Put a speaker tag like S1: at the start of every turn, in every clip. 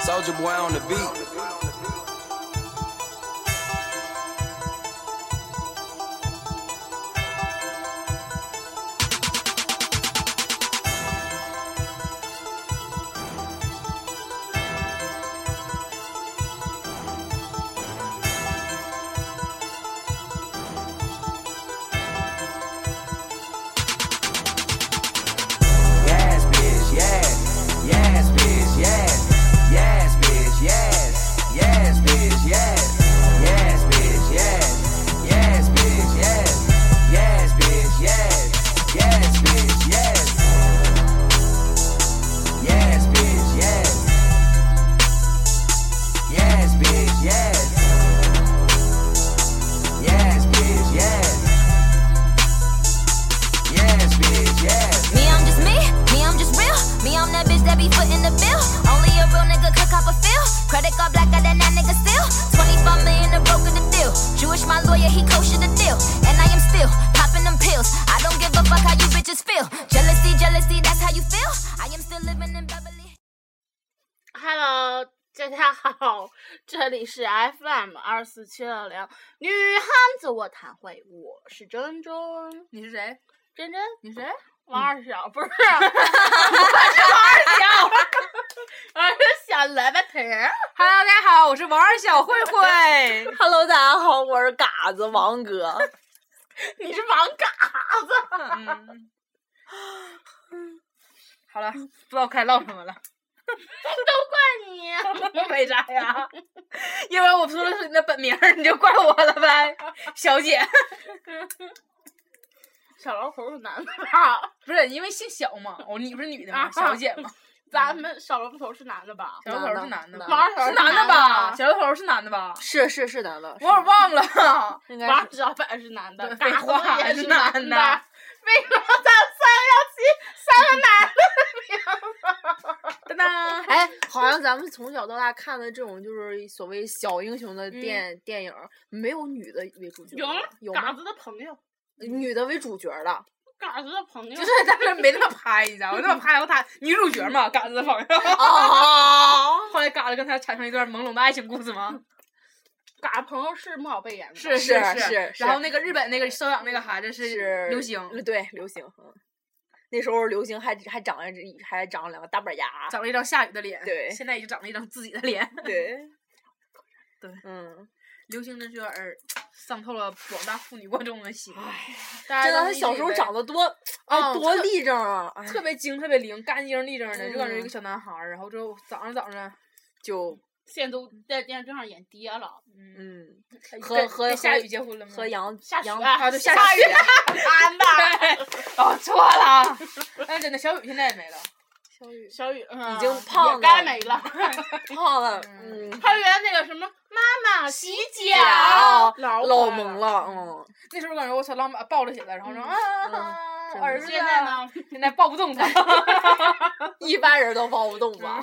S1: Soldier boy on the beat. Yes, bitch, yes. Yes, bitch, yes. Yes, bitch, yes. Yes, bitch, yes. Yes, bitch, yes. Yes, bitch, yes. Yes, bitch, yes. Yes, bitch, yes. Yes, bitch, yes. Yes, bitch, yes. Yes, bitch, yes. Yes, bitch, yes.
S2: Me, I'm just me. Me, I'm just real. Me, I'm that bitch that be footin' the bill. Only a real nigga could cop a feel. Credit card black, got that that nigga still. 25 million to broker the deal. Jewish, my lawyer, he kosher the deal. And I am still popping them pills. I don't give a fuck how you bitches feel. Jealousy, jealousy, that's how you feel. I am still living in Beverly.
S3: Hello，大家好，这里是 FM 二四七二零女汉子卧谈会，我是珍珍，
S4: 你是谁？
S3: 珍珍，
S4: 你是谁？嗯
S3: 王二小不是，我是王二小， 我是小萝卜皮儿。
S4: Hello，大家好，我是王二小慧 慧。
S5: Hello，大家好，我是嘎子王哥。
S3: 你是王嘎子，
S4: 嗯，好了，不知道该唠什 么了，
S3: 都怪你。
S4: 为啥呀？因为我说的是你的本名儿，你就怪我了呗，小姐。
S3: 小老头是男的吧？
S4: 不是因为姓小嘛，我你不是女的
S5: 啊
S4: 吗？小姐嘛，
S3: 咱
S4: 嗯
S3: 们小老头是男的吧？
S4: 小头是男的
S3: 王
S4: 吧？
S3: 二小
S4: 是男的吧？
S3: 吧？
S4: 小头是男的吧？
S5: 是是是男的，
S4: 我有点忘了。
S5: 应
S3: 王
S5: 该
S3: 二小本是男的，
S4: 对
S3: 嘎
S4: 废话
S3: 子也是
S4: 是
S3: 男
S4: 男
S3: 的。
S4: 的
S3: 为什么咱三要起三个男的名字？
S4: 当当，
S5: 哎，好像咱们从小到大看的这种就是所谓小英雄的
S4: 嗯
S5: 电、电影儿，没有女的为主角
S3: 有
S5: 的，
S3: 吗
S5: 有
S3: 嘎
S5: 吗？呃
S3: 子的朋友，
S5: 女的为主角的，
S3: 嘎子的朋友
S4: 就是咱们没那么拍，你知 道吗？那么拍我他女主角嘛，嘎子的朋友。
S5: 哦，
S4: 后来嘎子跟他产生一段朦胧的爱情故事吗？
S3: 嘎子朋友是莫小贝演的吧，
S4: 是
S5: 是
S4: 是
S5: 是是
S4: 然后那个日本那个收养那个孩子
S5: 是
S4: 流行，
S5: 对，流行。嗯那时候流行还还长着还长了两个大板牙，
S4: 长了一张下雨的脸，
S5: 对
S4: 现在已经长了一张自己的脸。
S5: 对
S4: 对
S5: 嗯，
S4: 流行真是有点儿伤透了广大妇女观众的心，
S3: 大家
S5: 真的，
S3: 都
S5: 他
S3: 一直
S5: 小时
S3: 以
S5: 候
S3: 为
S5: 长得多
S4: 啊
S5: 哎多
S4: 特
S5: 立正啊，哎
S4: 特别精，特别灵，干净利整的，就感觉一
S5: 嗯
S4: 个小男孩儿。然后之后早上早上，
S5: 就
S3: 现在都在电视上演爹了，
S4: 嗯，
S5: 嗯。和
S4: 跟
S5: 和
S4: 跟夏
S5: 和
S4: 雨结婚了吗？
S5: 和杨
S3: 嗯下雪
S5: 杨
S4: 啊，对，夏
S3: 下
S4: 雨
S3: 雨 安的。
S4: 搞错了。 但哎是真的，小雨现在也没了。
S5: 小雨
S3: 小雨已
S5: 经胖了
S3: 该没了。
S5: 胖了，
S4: 嗯
S5: 嗯，
S3: 他原那个什么妈妈洗
S5: 脚
S3: 老
S5: 老
S3: 猛
S5: 萌。了，嗯，
S4: 那时候感觉我操，浪马抱了起来，然后说啊
S5: 嗯
S4: 啊啊，
S5: 真的
S4: 儿子啊。
S3: 现在 呢？
S4: 现在抱 不动他。
S5: 一般人都抱不动吧？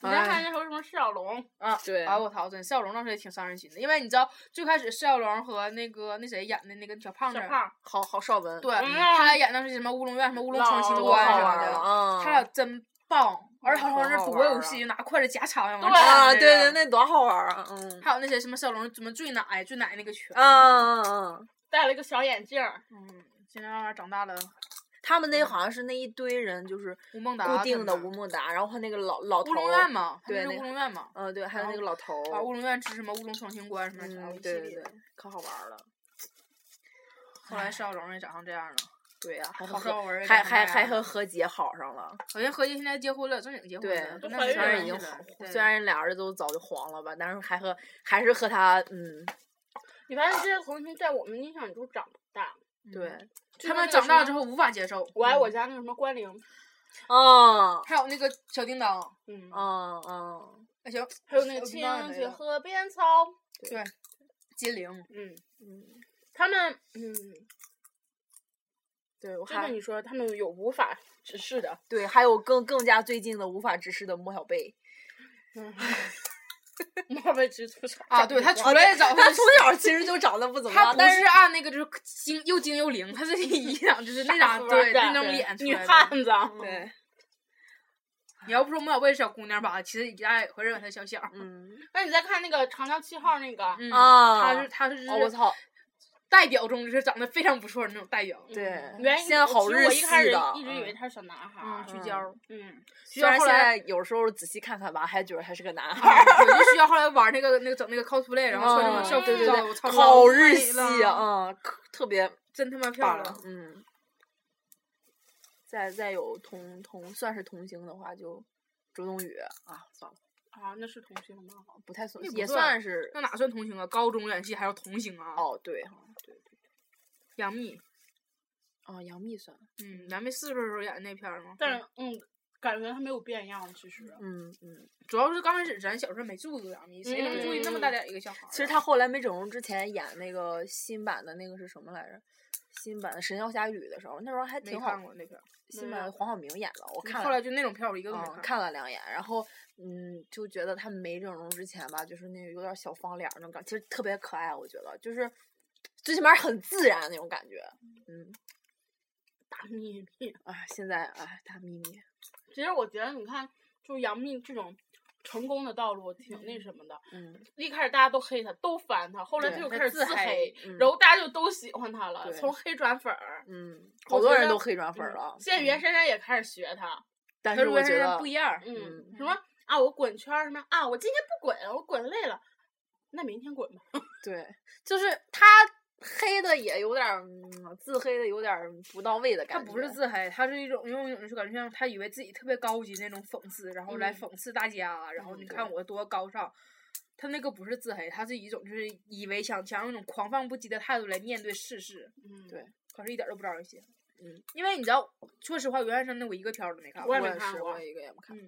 S3: 你再看
S5: 哎，
S3: 那时候什么释小龙，
S4: 啊，
S5: 对
S4: 哎我操，真释小龙当时也挺伤人心的，因为你知道最开始释小龙和那个那谁演的那个小胖子
S3: 小
S4: 儿，
S3: 胖，
S5: 郝郝邵文，
S4: 对，
S3: 嗯
S4: 他俩演的是什么乌龙院什么乌龙闯新
S3: 老
S5: 多
S4: 关
S5: 好
S4: 什
S5: 玩
S4: 么
S5: 儿
S4: 的，
S5: 啊！
S4: 他俩真棒，而且郝
S5: 好
S4: 龙是
S5: 好
S4: 多
S5: 玩儿
S4: 有
S5: 啊
S4: 戏，拿筷子夹肠呀，
S3: 对
S5: 啊，对对，
S4: 对。
S5: 那多好玩儿啊！嗯，
S4: 还有那些什么小龙什么醉奶醉奶那个拳，
S5: 嗯嗯嗯，
S3: 戴了一个小眼镜儿，
S4: 嗯，现在慢慢长大了，
S5: 他们那好像是那一堆人，就是
S4: 吴孟达
S5: 固
S4: 他
S5: 定的
S4: 们
S5: 吴孟达，然后和那个老老头
S4: 乌龙院
S5: 儿，
S4: 嘛，他们
S5: 对那
S4: 是乌
S5: 个
S4: 龙院嘛，
S5: 嗯，对，还有那个老头
S4: 把乌
S5: 儿，
S4: 龙院吃什么乌龙闯新关什么啥
S5: 嗯，
S4: 的一系
S5: 对对
S4: 列
S5: 对
S4: 的。，
S5: 可好玩儿了，
S4: 后来释小龙也长成这样了，
S5: 对呀，还
S4: 郝
S5: 和
S4: 邵文
S5: 何
S4: 也
S5: 还
S4: 长成
S5: 还
S4: 这
S5: 还
S4: 样
S5: 和
S4: 了
S5: 何洁好上了，
S4: 好像何洁现在结婚了，正经结婚
S5: 对
S4: 了，
S3: 都
S4: 那
S3: 怀
S4: 时
S3: 孕
S4: 候
S5: 虽然
S3: 了
S4: 人
S5: 已
S3: 是
S5: 经
S4: 了
S5: 好，
S4: 对
S5: 虽然人俩儿子都早就黄了吧，但是还和还是和他，嗯，
S3: 你发现这些童星在我们印象里都长不大。
S5: 对，
S4: 他们长大之后无法接受。
S3: 我爱哎我
S4: 嗯
S3: 家那个什么关凌，
S5: 啊
S4: 还有那个小叮当，
S3: 嗯，
S5: 啊啊，
S4: 哎行，
S3: 还有那个
S4: 小
S3: 青
S4: 叮当也没
S3: 去
S4: 了
S3: 河边草，
S4: 金玲，
S3: 嗯嗯，他们嗯，
S5: 对，我
S3: 真的
S5: 还
S3: 你说他们有无法直 视的，
S5: 对，还有更更加最近的无法直视的莫小贝，
S3: 莫被直吐槽
S4: 啊对他除
S5: 啊
S4: 出来
S5: 对
S4: 找
S5: 他
S4: 他
S5: 从小其实就长得不怎么
S4: 她
S5: 样，
S4: 不
S5: 但
S4: 是按那个就是精又精又灵，她是一样就是那
S3: 傻
S4: 张
S3: 乎乎
S4: 对
S3: 的
S4: 那种
S5: 嗯对
S4: 脸出
S3: 女
S4: 来的
S3: 汉子，
S5: 对，
S4: 你要不说莫小贝是小姑娘吧，其实大家也会认为她小小。
S5: 嗯
S3: 那你再看那个《长江七号》那个，
S4: 嗯，
S5: 啊，
S4: 她是她是
S5: 哦，我操，
S4: 代表中就是长得非常不错的那种代表。
S5: 对
S3: 嗯原，
S5: 现在好
S3: 其
S5: 日
S3: 实我一
S5: 系
S3: 开始
S5: 的，
S3: 一直以为
S5: 嗯
S3: 他是小男孩
S4: 嗯，
S3: 儿，
S4: 聚焦。
S3: 嗯，
S5: 虽然
S4: 后
S5: 现
S4: 来
S5: 在有时候仔细看看吧，还觉得他是个男孩儿。
S4: 啊 我就需要后来玩那个那个整那个 cosplay，然后穿
S5: 嗯
S4: 那个校服
S5: 对对
S4: 照，我
S5: 对，
S4: 操，
S5: 好
S4: 老
S5: 日
S4: 美
S5: 系
S4: 了，
S5: 啊，嗯，可特别
S4: 真他妈漂
S5: 棒
S4: 亮。，
S5: 嗯。再再有同同算是同星的话，就周冬雨啊，算了，
S3: 啊，那是同性吗？
S5: 不太算
S4: 那，不
S5: 也
S4: 算
S5: 算是
S4: 那哪算童星啊？高中演戏还要童星啊？
S5: 哦，对哈，
S4: 杨幂，哦
S5: 啊，杨幂算了，
S4: 嗯，杨幂四十岁时候演的那片儿吗？
S3: 但是嗯，感觉他没有变样，其实。
S5: 嗯嗯。
S4: 主要是刚开始咱小时候没注意过杨幂，谁能注意那么大点儿一个小孩儿啊？
S5: 其实她后来没整容之前演那个新版的那个是什么来着？新版的《神雕侠侣》的时候，那时候还
S4: 没
S5: 挺好
S4: 看。过那片儿，
S5: 新版的黄晓明演的，我看
S4: 后
S5: 了
S4: 来就那种片儿我一个都没
S5: 嗯，看了两眼，然后嗯，就觉得她没整容之前吧，就是那个有点小方脸儿那种感，其实特别可爱，我觉得就是最起码很自然那种感觉。嗯，
S3: 大秘密。
S5: 啊，现在哎，大秘密，
S3: 其实我觉得，你看，就是杨幂这种成功的道路挺那什么的。
S5: 嗯，
S3: 一开始大家都黑她，都烦她，后来
S5: 对
S3: 她就
S4: 她
S3: 开始
S4: 自
S3: 自
S4: 黑
S3: 黑，
S5: 嗯
S3: 然后大家就都喜欢她了，
S5: 对
S3: 从黑转粉儿。
S5: 嗯，
S3: 我
S5: 好多
S3: 觉
S5: 人
S3: 得
S5: 都黑转粉儿
S3: 嗯
S5: 了。
S3: 现在袁姗姗也开始学她，
S5: 但
S4: 他
S5: 是
S4: 说
S5: 我
S4: 是
S5: 觉得
S4: 不一样儿，
S3: 嗯，
S5: 嗯
S3: 什么啊，我滚圈儿什么啊，我今天不滚，我滚累了，那明天滚吧。
S5: 对，就是她黑的也有点儿、嗯自黑的有点儿不到位的感
S4: 他
S5: 觉。
S4: 不是自黑，他是一种用一种就感觉像他以为自己特别高级那种讽刺，然后来
S3: 嗯
S4: 讽刺大家，啊然后
S5: 嗯
S4: 你
S5: 对
S4: 看我多高尚。他那个不是自黑，他是一种就是以为想想用一种狂放不羁的态度来面对世事，
S3: 嗯，
S5: 对
S4: 可是一点儿都不招人喜欢。
S5: 嗯，
S4: 因为你知道，说实话，袁姗姗的我一个片儿都没看
S3: 我
S4: 过
S3: 也
S5: 我
S3: 没
S5: 也
S3: 看
S5: 是，
S3: 过
S5: 我也一个也不看。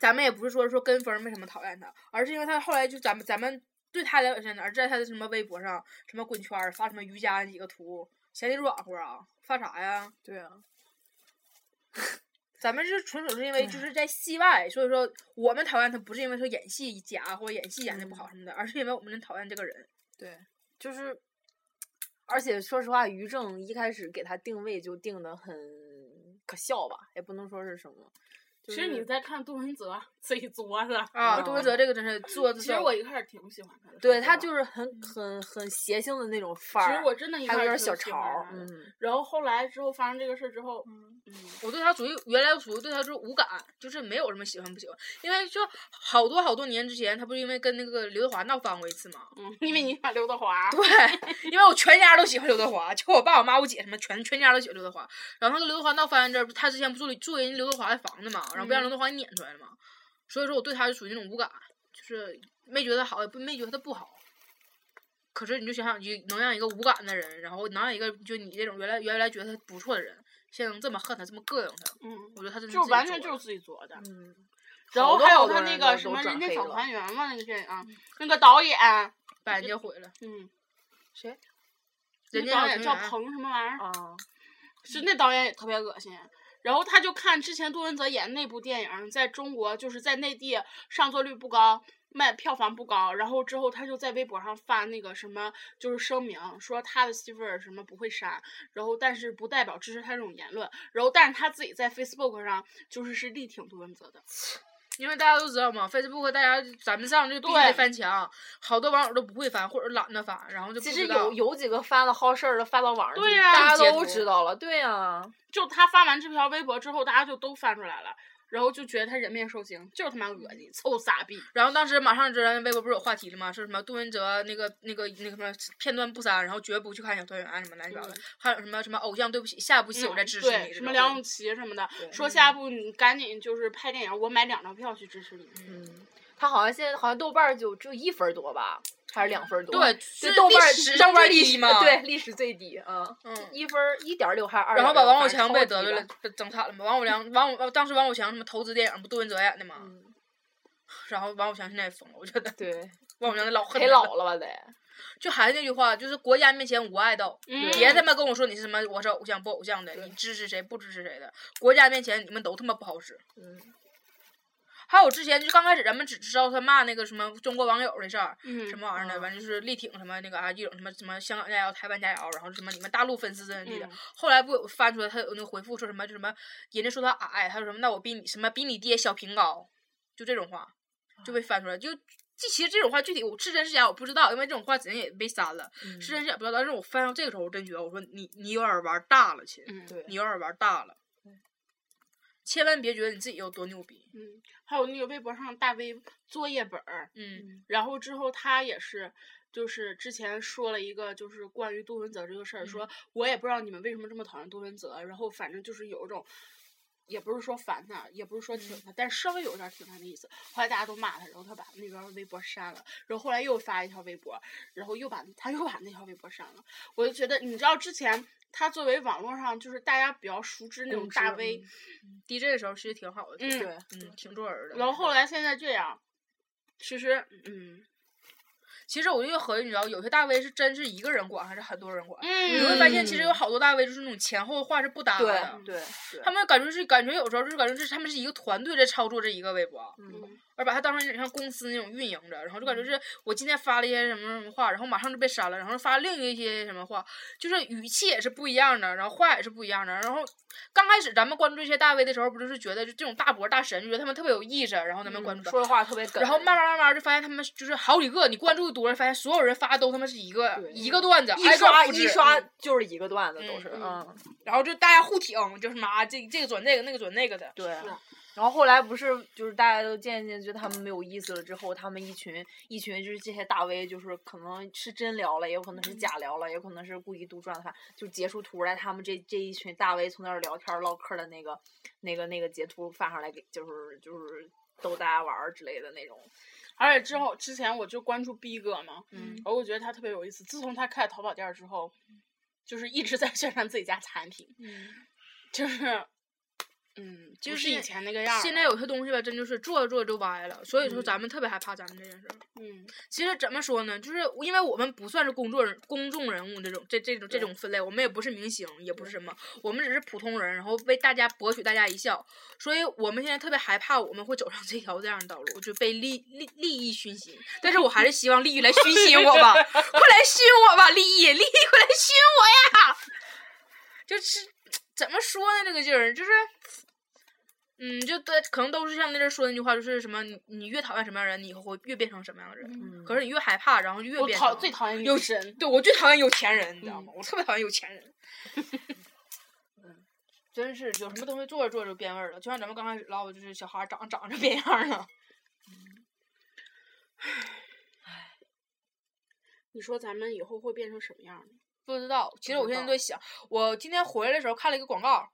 S4: 咱们也不是说说跟风儿为什么讨厌他，而是因为他后来就咱们咱们对他了解在哪儿，而在他的什么微博上，什么滚圈儿发什么瑜伽几个图，嫌你软乎啊，发啥呀？
S5: 对啊，
S4: 咱们是纯属是因为就是在戏外，所以说我们讨厌他不是因为说演戏假或者演戏演
S3: 嗯
S4: 的不好什么的，而是因为我们真讨厌这个人。
S5: 对，就是，而且说实话，于正一开始给他定位就定的很可笑吧，也不能说是什么。就
S3: 其实你
S5: 是
S3: 在看杜文泽自己作的
S4: 啊，
S5: 嗯
S4: 杜文泽这个真是做的，
S3: 其实我一开始挺喜欢他的，。
S5: 对他就是是
S4: 嗯
S5: 很很很邪性的那种范
S3: 其
S5: 儿，
S3: 实我真的一
S5: 还
S3: 开
S5: 有
S3: 始
S5: 点小
S3: 挺喜
S5: 潮
S3: 欢
S4: 啊
S5: 儿，
S3: 他的
S5: 嗯，
S3: 然后后来之后发生这个事之后，
S4: 嗯
S3: 嗯，
S4: 我对他属于原来属于对他就是无感，就是没有什么喜欢不喜欢，因为就好多好多年之前，他不是因为跟那个刘德华闹翻过一次吗？
S3: 嗯，因为你喜欢刘 德华，
S4: 对，因为我全家都喜欢刘德华，就我爸、我妈、我姐什么全全家都喜欢刘德华。然后那个刘德华闹翻这儿，他之前不住住人家刘德华的房子嘛，然后
S3: 嗯
S4: 不让刘德华撵出来了嘛。所以说我对他就属于那种无感，就是没觉得好，也不没觉得他不好。可是你就想想，你能让一个无感的人，然后能让一个就你这种原来原来觉得他不错的人，现在能这么恨他，这么膈应他，
S3: 嗯，
S4: 我觉得他真的
S3: 就
S4: 自己
S3: 完
S4: 作
S3: 全就
S4: 的
S3: 是自己作的。
S5: 嗯
S3: 然
S5: 好
S3: 后
S5: 多
S3: 还有
S5: 好
S3: 他
S5: 多
S3: 那
S5: 人
S3: 个
S5: 都
S3: 什
S5: 都
S3: 么《
S5: 转
S3: 人家
S5: 黑
S3: 小
S5: 了嗯
S3: 团圆》嘛，那个电影啊，那个导演，
S4: 把人家毁了。
S3: 嗯，
S4: 谁？
S3: 那
S4: 人家
S3: 导
S4: 小
S3: 演
S4: 团
S3: 叫
S4: 圆
S3: 彭什么玩意儿，
S5: 啊，
S4: 哦
S3: 是那导演也特别恶心。然后他就看之前杜文泽演的那部电影，在中国就是在内地上座率不高，卖票房不高。然后之后他就在微博上发那个什么，就是声明说他的媳妇儿什么不会删，然后但是不代表支持他这种言论。然后但是他自己在 Facebook 上就是是力挺杜文泽的，
S4: 因为大家都知道嘛，Facebook 大家咱们上就必须
S3: 对
S4: 得翻墙，好多网友都不会翻或者懒得翻，然后就不
S5: 其实
S4: 知道
S5: 有有几个发了好事儿的发到网上去，
S3: 对呀
S5: 大家
S4: 截
S5: 都
S4: 图
S5: 知道了，对呀、
S3: 就他发完这条微博之后，大家就都翻出来了，然后就觉得他人面兽心，就是他妈
S4: 嗯
S3: 恶心，臭傻逼。
S4: 然后当时马上知道微博不是有话题了吗？说什么杜文泽那个那个那个什么片段不删，然后绝不去看小团圆什么乱七八糟的，还有什么什么偶像对不起，下一部戏我再支持
S5: 嗯
S4: 你这
S3: 嗯对，
S4: 种，嗯
S3: 什么梁咏琪什么的，
S5: 对
S3: 说下一部你赶紧就是拍电影，我买两张票去支持你。
S5: 嗯，他好像现在好像豆瓣儿就只有一分儿多吧，还是两分儿多？
S4: 对
S5: 对，
S4: 是
S5: 豆
S4: 历
S5: 瓣儿
S4: 史
S5: 豆
S4: 上
S5: 瓣儿
S4: 最
S5: 历
S4: 低
S5: 史
S4: 嘛
S5: 对历史最低，嗯，
S4: 嗯
S5: 一分一点六还是二？
S4: 然后把王宝
S5: 反正
S4: 强
S5: 超
S4: 被
S5: 低
S4: 得罪
S5: 的
S4: 了，，被整惨了嘛。王宝强，王宝当时王宝强什么投资电影不杜文泽演的嘛？
S5: 嗯，
S4: 然后王宝强现在也疯了，我觉得
S5: 对，
S4: 王宝强得老恨
S5: 赔
S4: 他了
S5: 老了吧得，
S4: 就还是那句话，就是国家面前无爱豆，
S3: 嗯
S5: 啊
S4: 别他妈跟我说你是什么我是偶像不偶像的，你支持谁不支持谁的，国家面前你们都他妈不好使。
S5: 嗯，
S4: 还有之前就刚开始咱们只知道他骂那个什么中国网友的事儿，
S3: 嗯
S4: 什么玩意儿的，
S5: 啊
S4: 完就是力挺什么那个啊，一种什么什么香港加油、台湾加油，然后什么你们大陆粉丝怎么地的。
S3: 嗯
S4: 后来不有翻出来他有那个回复说什么就什么，人家说他矮，他说什么那我比你什么比你爹小平高，就这种话就被翻出来，就这其实这种话具体我是真是假我不知道，因为这种话之前也被删了，
S5: 嗯
S4: 是真是假不知道。但是我翻到这个时候，我真觉得我说你你有点玩大了，亲，
S3: 嗯，
S5: 对
S4: 你有点玩大了，千万别觉得你自己有多牛逼，
S3: 嗯，还有那个微博上大 V 作业本儿，
S4: 嗯
S3: 然后之后他也是，就是之前说了一个就是关于杜文泽这个事儿，说我也不知道你们为什么这么讨厌杜文泽，然后反正就是有一种，也不是说烦他，也不是说挺他，但是稍微有点挺他的意思。后来大家都骂他，然后他把那边微博删了，然后后来又发一条微博，然后又把他又把那条微博删了。我就觉得，你知道之前他作为网络上就是大家比较熟知那种
S5: 公知
S3: 大 V，
S5: 嗯
S4: ，DJ 的时候其实挺好的，
S3: 嗯
S5: 对，
S4: 嗯，挺做人的。
S3: 然后后来现在这样，其实嗯
S4: 其实我越合计，你知道，有些大 V 是真是一个人管，还是很多人管。
S3: 嗯
S4: 你会发现，其实有好多大 V 就是那种前后话是不搭的
S5: 对。对对，
S4: 他们感觉是感觉有时候就是感觉是他们是一个团队在操作这一个微博，
S5: 嗯
S4: 而把它当成有点像公司那种运营着，然后就感觉是我今天发了一些什么什么话，然后马上就被删了，然后发另一些什么话，就是语气也是不一样的，然后话也是不一样的。然后刚开始咱们关注这些大 V 的时候，不就是觉得就这种大博大神，就觉得他们特别有意思，然后咱们关注他。
S5: 嗯说的话特别梗，
S4: 然后慢慢慢慢就发现他们就是好几个，你关注的多了，发现所有人发的都他妈是一个
S5: 对
S4: 一个段子，
S5: 一
S4: 挨个
S5: 刷
S4: 复
S5: 一
S4: 制
S5: 刷
S4: 嗯
S5: 就是一个段子，都
S4: 嗯
S5: 是
S3: 嗯
S5: 嗯
S4: 然后就大家互挺，就是妈这这个转那个，那个转那个的。
S5: 对
S3: 是。
S5: 然后后来不是就是大家都渐渐觉得他们没有意思了，之后他们一群一群就是这些大 V，就是可能是真聊了，也有可能是
S4: 嗯
S5: 假聊了，也有可能是故意杜撰的，反正就截出图来，他们这这一群大 V 从那儿聊天儿唠嗑儿的那个那个那个截图发上来给，就是就是逗大家玩儿之类的那种。
S3: 而且之后之前我就关注逼哥嘛，
S5: 嗯
S3: 然后我觉得他特别有意思。自从他开了淘宝店儿之后，就是一直在宣传自己家产品，就是，嗯，
S4: 嗯就
S3: 不
S4: 是
S3: 是以前那个样儿嗯
S4: 现在
S3: 了
S4: 有些东西吧，真就是做着做着就歪了，所以说咱们特别害怕咱们这件事儿。
S3: 嗯
S4: 其实怎么说呢，就是因为我们不算是公众人公众人物这种这这种这种分类，我们也不是明星，也不是什么，我们只是普通人，然后为大家博取大家一笑，所以我们现在特别害怕我们会走上这条这样的道路，就被利利利益熏心。但是我还是希望利益来熏醒我吧，快来熏我吧，利益利益，快来熏我呀！ 就是怎么说呢，这个劲儿就是。嗯，就对，可能都是像那阵儿说的那句话，就是什么你你越讨厌什么样的人，你以后会越变成什么样的人。
S5: 嗯
S4: 可是你越害怕，然后就越
S3: 我
S4: 变
S3: 讨
S4: 成
S3: 最讨厌
S4: 有嗯
S3: 女神，
S4: 对我最讨厌有钱人，你知道吗？我特别讨厌有钱 人。嗯真是有什么东西做着做着就变味儿了，就像咱们刚开始唠，就是小孩儿长长着变样儿了。嗯
S3: 你说咱们以后会变成什么样儿呢？
S4: 不知道，其实
S5: 不
S4: 我
S5: 知
S4: 现在
S5: 道
S4: 在想，我今天回来的时候看了一个广告，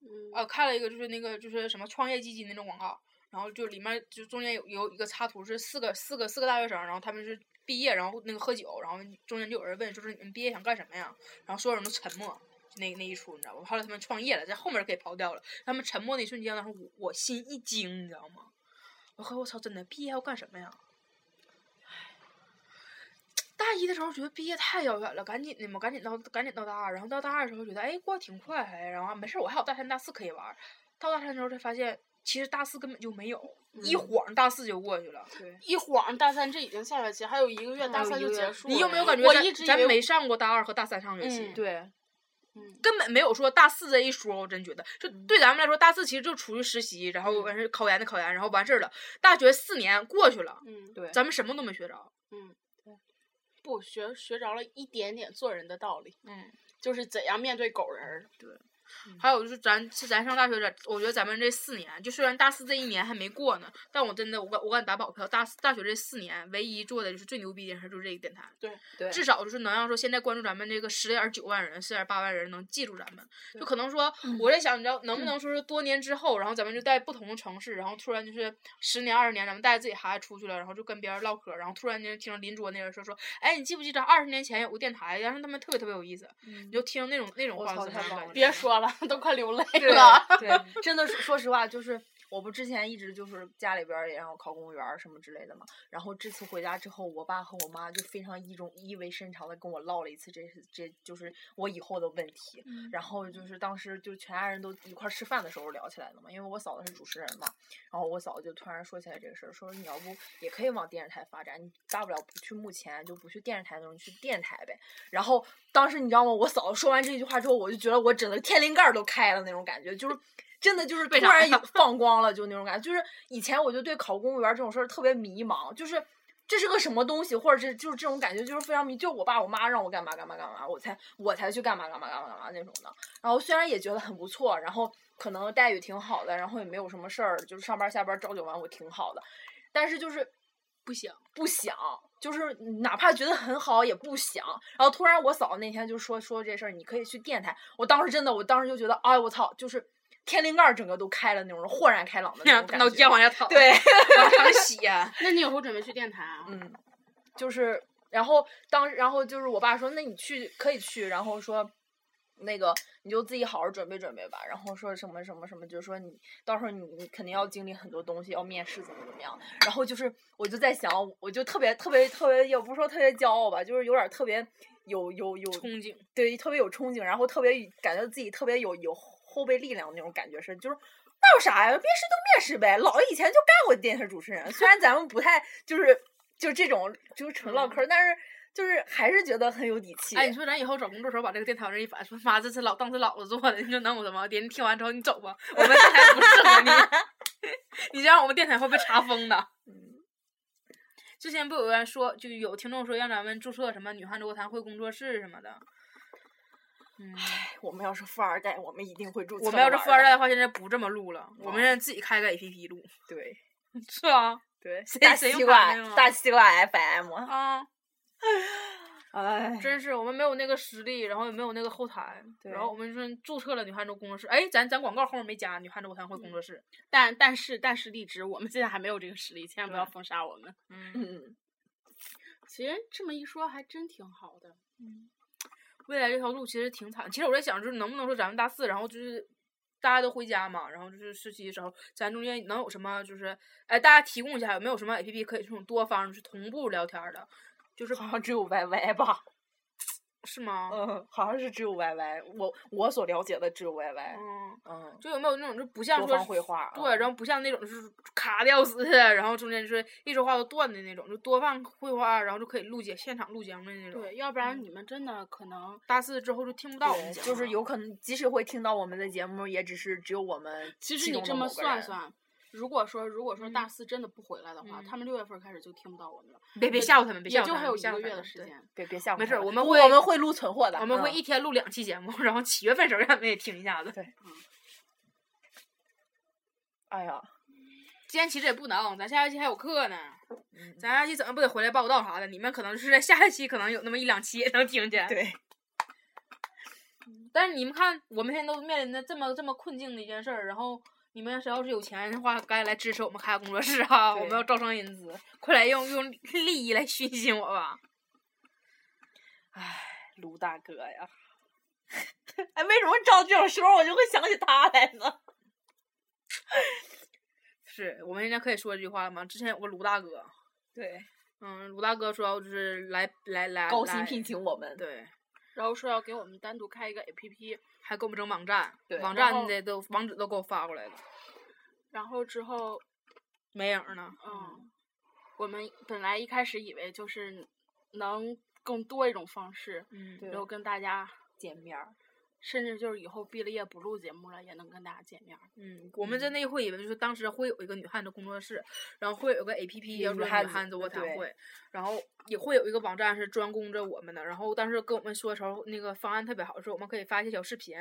S3: 嗯，
S4: 呃，看了一个就是那个就是什么创业基金那种广告，然后就里面就中间有有一个插图是四个四个四个大学生，然后他们是毕业，然后那个喝酒，然后中间就有人问，就是你们毕业想干什么呀？然后所有人都沉默，那那一出你知道吧？后来他们创业了，在后面给刨掉了，他们沉默那一瞬间，当时我我心一惊，你知道吗？我靠，我操，真的毕业要干什么呀？大一的时候觉得毕业太遥远了，赶紧的嘛，赶紧到赶紧到大二，然后到大二的时候觉得哎过得挺快还，然后啊没事儿我还有大三大四可以玩儿，到大三的时候才发现其实大四根本就没有，
S3: 嗯
S4: 一晃大四就过去了。
S5: 对，
S3: 一晃大三这已经下学期，还有一个月大
S5: 还有
S3: 三
S5: 一
S3: 就
S5: 个
S3: 结
S5: 月
S3: 束了。
S4: 你有没有感觉
S3: 我
S4: 咱
S3: 一直以
S4: 咱
S3: 为
S4: 没上过大二和大三上学期？
S3: 嗯
S5: 对，
S4: 根本没有说大四这一说，我真觉得，就
S3: 嗯
S4: 对咱们来说，大四其实就出去实习，然后完事儿考研的考研，然后完事儿了。大学四年过去了，
S3: 嗯
S5: 对
S4: 咱们什么都没学着。
S3: 嗯，不学学着了一点点做人的道理，
S4: 嗯，
S3: 就是怎样面对狗人儿。嗯
S4: 还有就是咱是咱上大学，咱我觉得咱们这四年，就虽然大四这一年还没过呢，但我真的我敢我敢打保票，大四大学这四年唯一做的就是最牛逼的事儿就是这个电台。
S5: 对，
S4: 至少就是能让说现在关注咱们这个十点九万人、十点八万人能记住咱们，就可能说
S5: 嗯
S4: 我在想，你知道能不能说是多年之后，然后咱们就在不同的城市，然后突然就是十年、二十年，咱们带着自己孩子出去了，然后就跟别人唠嗑，然后突然间听邻桌那人说说，哎，你记不记得二十年前有个电台，然后他们特别特别有意思，你就听那种那种
S5: 嗯我
S4: 话
S5: 操
S4: 怎么
S5: 太
S4: 样
S5: 棒
S4: 感
S5: 了
S4: 觉
S3: 别说了，都快流泪
S5: 对
S3: 了。
S5: 对，真的是说实话，就是我不之前一直就是家里边儿也让我考公务员儿什么之类的嘛，然后这次回家之后，我爸和我妈就非常意中意味深长的跟我唠了一次这是这就是我以后的问题，然后就是当时就全家人都一块儿吃饭的时候聊起来的嘛，因为我嫂子是主持人嘛，然后我嫂子就突然说起来这个事儿，说你要不也可以往电视台发展，你大不了不去幕前，就不去电视台那种，你去电台呗。然后当时你知道吗？我嫂子说完这句话之后，我就觉得我整个天灵盖儿都开了那种感觉，就是真的就是突
S4: 为啥
S5: 然有放光了，就那种感觉。就是以前我就对考公务员这种事儿特别迷茫，就是。这是个什么东西，或者是就是这种感觉，就是非常迷。就我爸我妈让我干嘛干嘛干嘛，我才我才去干嘛干嘛干嘛干嘛那种的。然后虽然也觉得很不错，然后可能待遇挺好的，然后也没有什么事儿，就是上班下班朝九晚五挺好的，但是就是
S4: 不想。
S5: 不想，就是嗯哪怕觉得很好也不想。然后突然我嫂那天就说说这事儿，你可以去电台。我当时真的，我当时就觉得，哎我操，就是天灵盖儿整个都开了那种，豁然开朗的那 种感
S4: 脑浆
S5: 觉。
S4: 往下淌，，
S5: 对，
S4: 往上洗、
S3: 那你以后准备去电台啊？
S5: 嗯，就是，然后当然后就是我爸说，那你去可以去，然后说。那个你就自己好好准备准备吧，然后说什么什么什么，就是说你到时候你你肯定要经历很多东西，要面试怎么怎么样。然后就是我就在想，我就特别特别特别，也不是说特别骄傲吧，就是有点儿特别有有有
S4: 憧憬。
S5: 对，特别有憧憬，然后特别感觉自己特别有有后备力量的那种感觉是，就是那有啥呀？面试就面试呗，老子以前就干过电视主持人，虽然咱们不太就是就这种就是纯唠嗑儿，但是就是还是觉得很有底气。
S4: 嗯哎，你说咱以后找工作时候把这个电台往这一摆，说妈这是老当是老子做的，你说能有什么？爹，你听完之后你走吧，我们电台不适合你， 你这样我们电台会被查封的。 之前不有人说，就有听众说让咱们注册什么女汉子卧谈会工作室什么的。嗯，
S5: 哎我们要是富二代，我们一定会注册。
S4: 我们要是富二代，的话，现在不这么录了，我们现在自己开个 APP 录。
S5: 对
S4: 是啊，
S5: 对，
S4: 谁
S5: 大
S4: 谁
S5: 西
S4: 用
S5: 瓜
S4: 管那种
S5: 大西瓜 FM，
S4: 啊，
S5: 哎，
S4: 真啊是我们没有那个实力，然后也没有那个后台，
S5: 对
S4: 然后我们说注册了女汉子工作室，哎，咱咱广告后面没加女汉子卧谈会工作
S3: 嗯
S4: 室，
S3: 但但是但是荔枝，我们现在还没有这个实力，千万不要
S4: 对
S3: 封杀我们。
S4: 嗯
S5: 嗯，
S3: 其实这么一说，还真挺好的。
S4: 嗯未来这条路其实挺惨。其实我在想，就是能不能说咱们大四，然后就是大家都回家嘛，然后就是实习的时候，咱中间能有什么就是，哎，大家提供一下有没有什么 A P P 可以这种多方就是同步聊天儿的， 就是
S5: 好像只有 YY 吧，
S4: 是吗？
S5: 嗯，好像是只有 YY，我我所了解的只有 YY，
S4: 嗯，
S5: 嗯，
S4: 就有没有那种就不像
S5: 多
S4: 说
S5: 方绘画
S4: 对，
S5: 嗯
S4: 然后不像那种就是卡的要死的，然后中间就是一说话都断的那种，就多放绘画，然后就可以录节现场录节目的那种。嗯
S3: 对，，要不然你们真的可能
S4: 大四之后就听不到我们
S5: 对
S4: 节目
S3: 啊
S5: 就是
S4: 了
S5: 有可能，即使会听到我们的节目，也只是只有我们
S3: 其实
S5: 其
S3: 你
S5: 中的
S3: 这么
S5: 某个
S3: 算
S5: 人，
S3: 算，如果说如果说
S4: 嗯
S3: 大四真的不回来的话，
S4: 嗯
S3: 他们六月份开始就听不到我们了，
S4: 别别吓唬他们，别吓
S3: 也
S4: 唬
S3: 就
S4: 他
S3: 还
S4: 们
S3: 有
S4: 别
S3: 一
S4: 吓唬
S3: 个
S4: 他
S3: 月
S4: 们
S3: 的时
S4: 对
S3: 间。
S5: 别别吓唬他。
S4: 没事儿我们
S5: 不
S4: 会
S5: 我们会录存货的，
S4: 我们会
S5: 嗯
S4: 一天录两期节目，然后七月份时候让他们也听一下子。
S5: 对哎呀，
S4: 今天其实也不能，咱下学期还有课呢，
S5: 嗯
S4: 咱下学期怎么不得回来报道啥的？你们可能是在下学期可能有那么一两期也能听见。
S5: 对，
S4: 但是你们看，我们现在都面临着这么这么困境的一件事儿，然后你们谁要是有钱的话，赶紧来支持我们开个工作室哈、我
S5: 对
S4: 们要招商引资，快来用用利益来熏心我吧。
S5: 卢大哥 呀，哎，为什么到这种时候我就会想起他来呢？
S4: 是我们现在可以说这句话了吗？之前有个卢大哥，
S5: 对，
S4: 嗯，卢大哥说要就是来来来
S5: 高薪
S4: 来
S5: 聘请我们，
S4: 对，
S3: 然后说要给我们单独开一个 APP，
S4: 还给我们整网站
S5: 对，
S4: 网
S3: 然
S4: 站
S3: 后
S4: 的都网址都给我发过来了，
S3: 然后之后，
S4: 没影儿呢。
S3: 嗯，我们本来一开始以为就是能更多一种方式，
S4: 嗯，
S5: 对
S3: 然后跟大家，
S5: 见面儿，
S3: 甚至就是以后毕了业不录节目了，也能跟大家见面儿。
S4: 嗯，我们真的会以为就是当时会有一个女汉子工作室，然后会有个 A P P
S5: 女
S4: 叫做
S5: 汉
S4: 女
S5: 子
S4: 汉子卧谈
S5: 对
S4: 会，然后也会有一个网站是专攻着我们的。然后当时跟我们说的时候，那个方案特别好，说我们可以发一些小视频，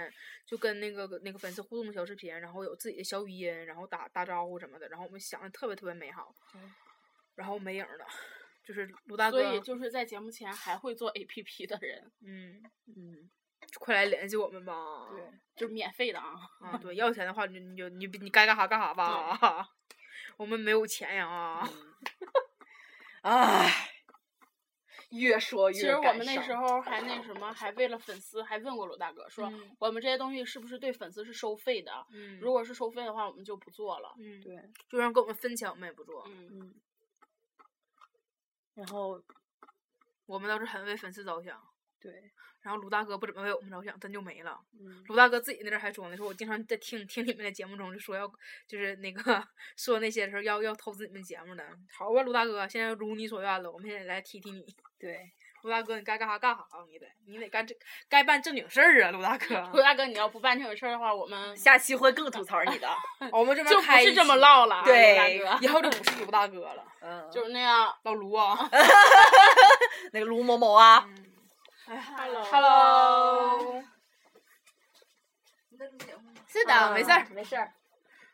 S4: 就跟那个那个粉丝互动的小视频，然后有自己的小语音，然后打打招呼什么的。然后我们想的特别特别美好，然后没影儿了，就是卢大
S3: 所
S4: 哥，
S3: 以就是在节目前还会做 APP 的人，
S4: 嗯，
S5: 嗯，
S4: 快来联系我们吧。
S5: 对。
S3: 就是免费的 啊。
S4: 啊，对，要钱的话你你就你你该干啥干啥吧啊，我们没有钱呀啊。
S5: 哎，越说越
S3: 其实我
S5: 感
S3: 们那
S5: 伤
S3: 时候还那什么，还为了粉丝还问过罗大哥说，
S4: 嗯
S3: 我们这些东西是不是对粉丝是收费的？
S4: 嗯
S3: 如果是收费的话，我们就不做了。
S4: 嗯，
S5: 对，
S4: 就算给我们分钱，我们也不做。
S3: 嗯，
S5: 嗯，然后
S4: 我们倒是很为粉丝着想，
S5: 对，
S4: 然后卢大哥不怎么为我们着想，真就没了。
S5: 嗯，
S4: 卢大哥自己那阵儿还说呢，说我经常在听听你们的节目中就说要就是那个说那些时候要要投资你们节目的。好啊吧，卢大哥，现在如你所愿了，我们现在来提提你。
S5: 对，
S4: 卢大哥，你该干啥干啥啊，你得你得干这该办正经事儿啊，卢大 哥。
S3: 罗大哥，你要不办这个事儿的话，我们
S5: 下期会更吐槽你 的，
S4: 我们这边
S3: 就不
S4: 嗯开
S3: 是
S4: 一
S3: 这么
S4: 期，
S3: 唠了啊，
S5: 对
S3: 罗大哥，
S4: 以后就不是卢大哥了，
S5: 嗯，
S3: 就是那样。
S4: 老卢啊。
S5: 那个卢某某
S3: 嗯
S5: 啊，
S3: Hello，
S4: Hello。是的，没事儿。
S5: 嗯没事儿，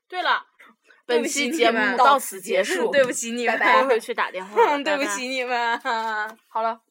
S3: 对了，
S4: 对
S5: 本
S4: 不
S5: 期
S4: 起
S5: 节
S4: 你们
S5: 目到此结束，
S4: 嗯对不起你们，
S5: 拜拜
S1: 回去打电话
S4: 对不起你们。好了。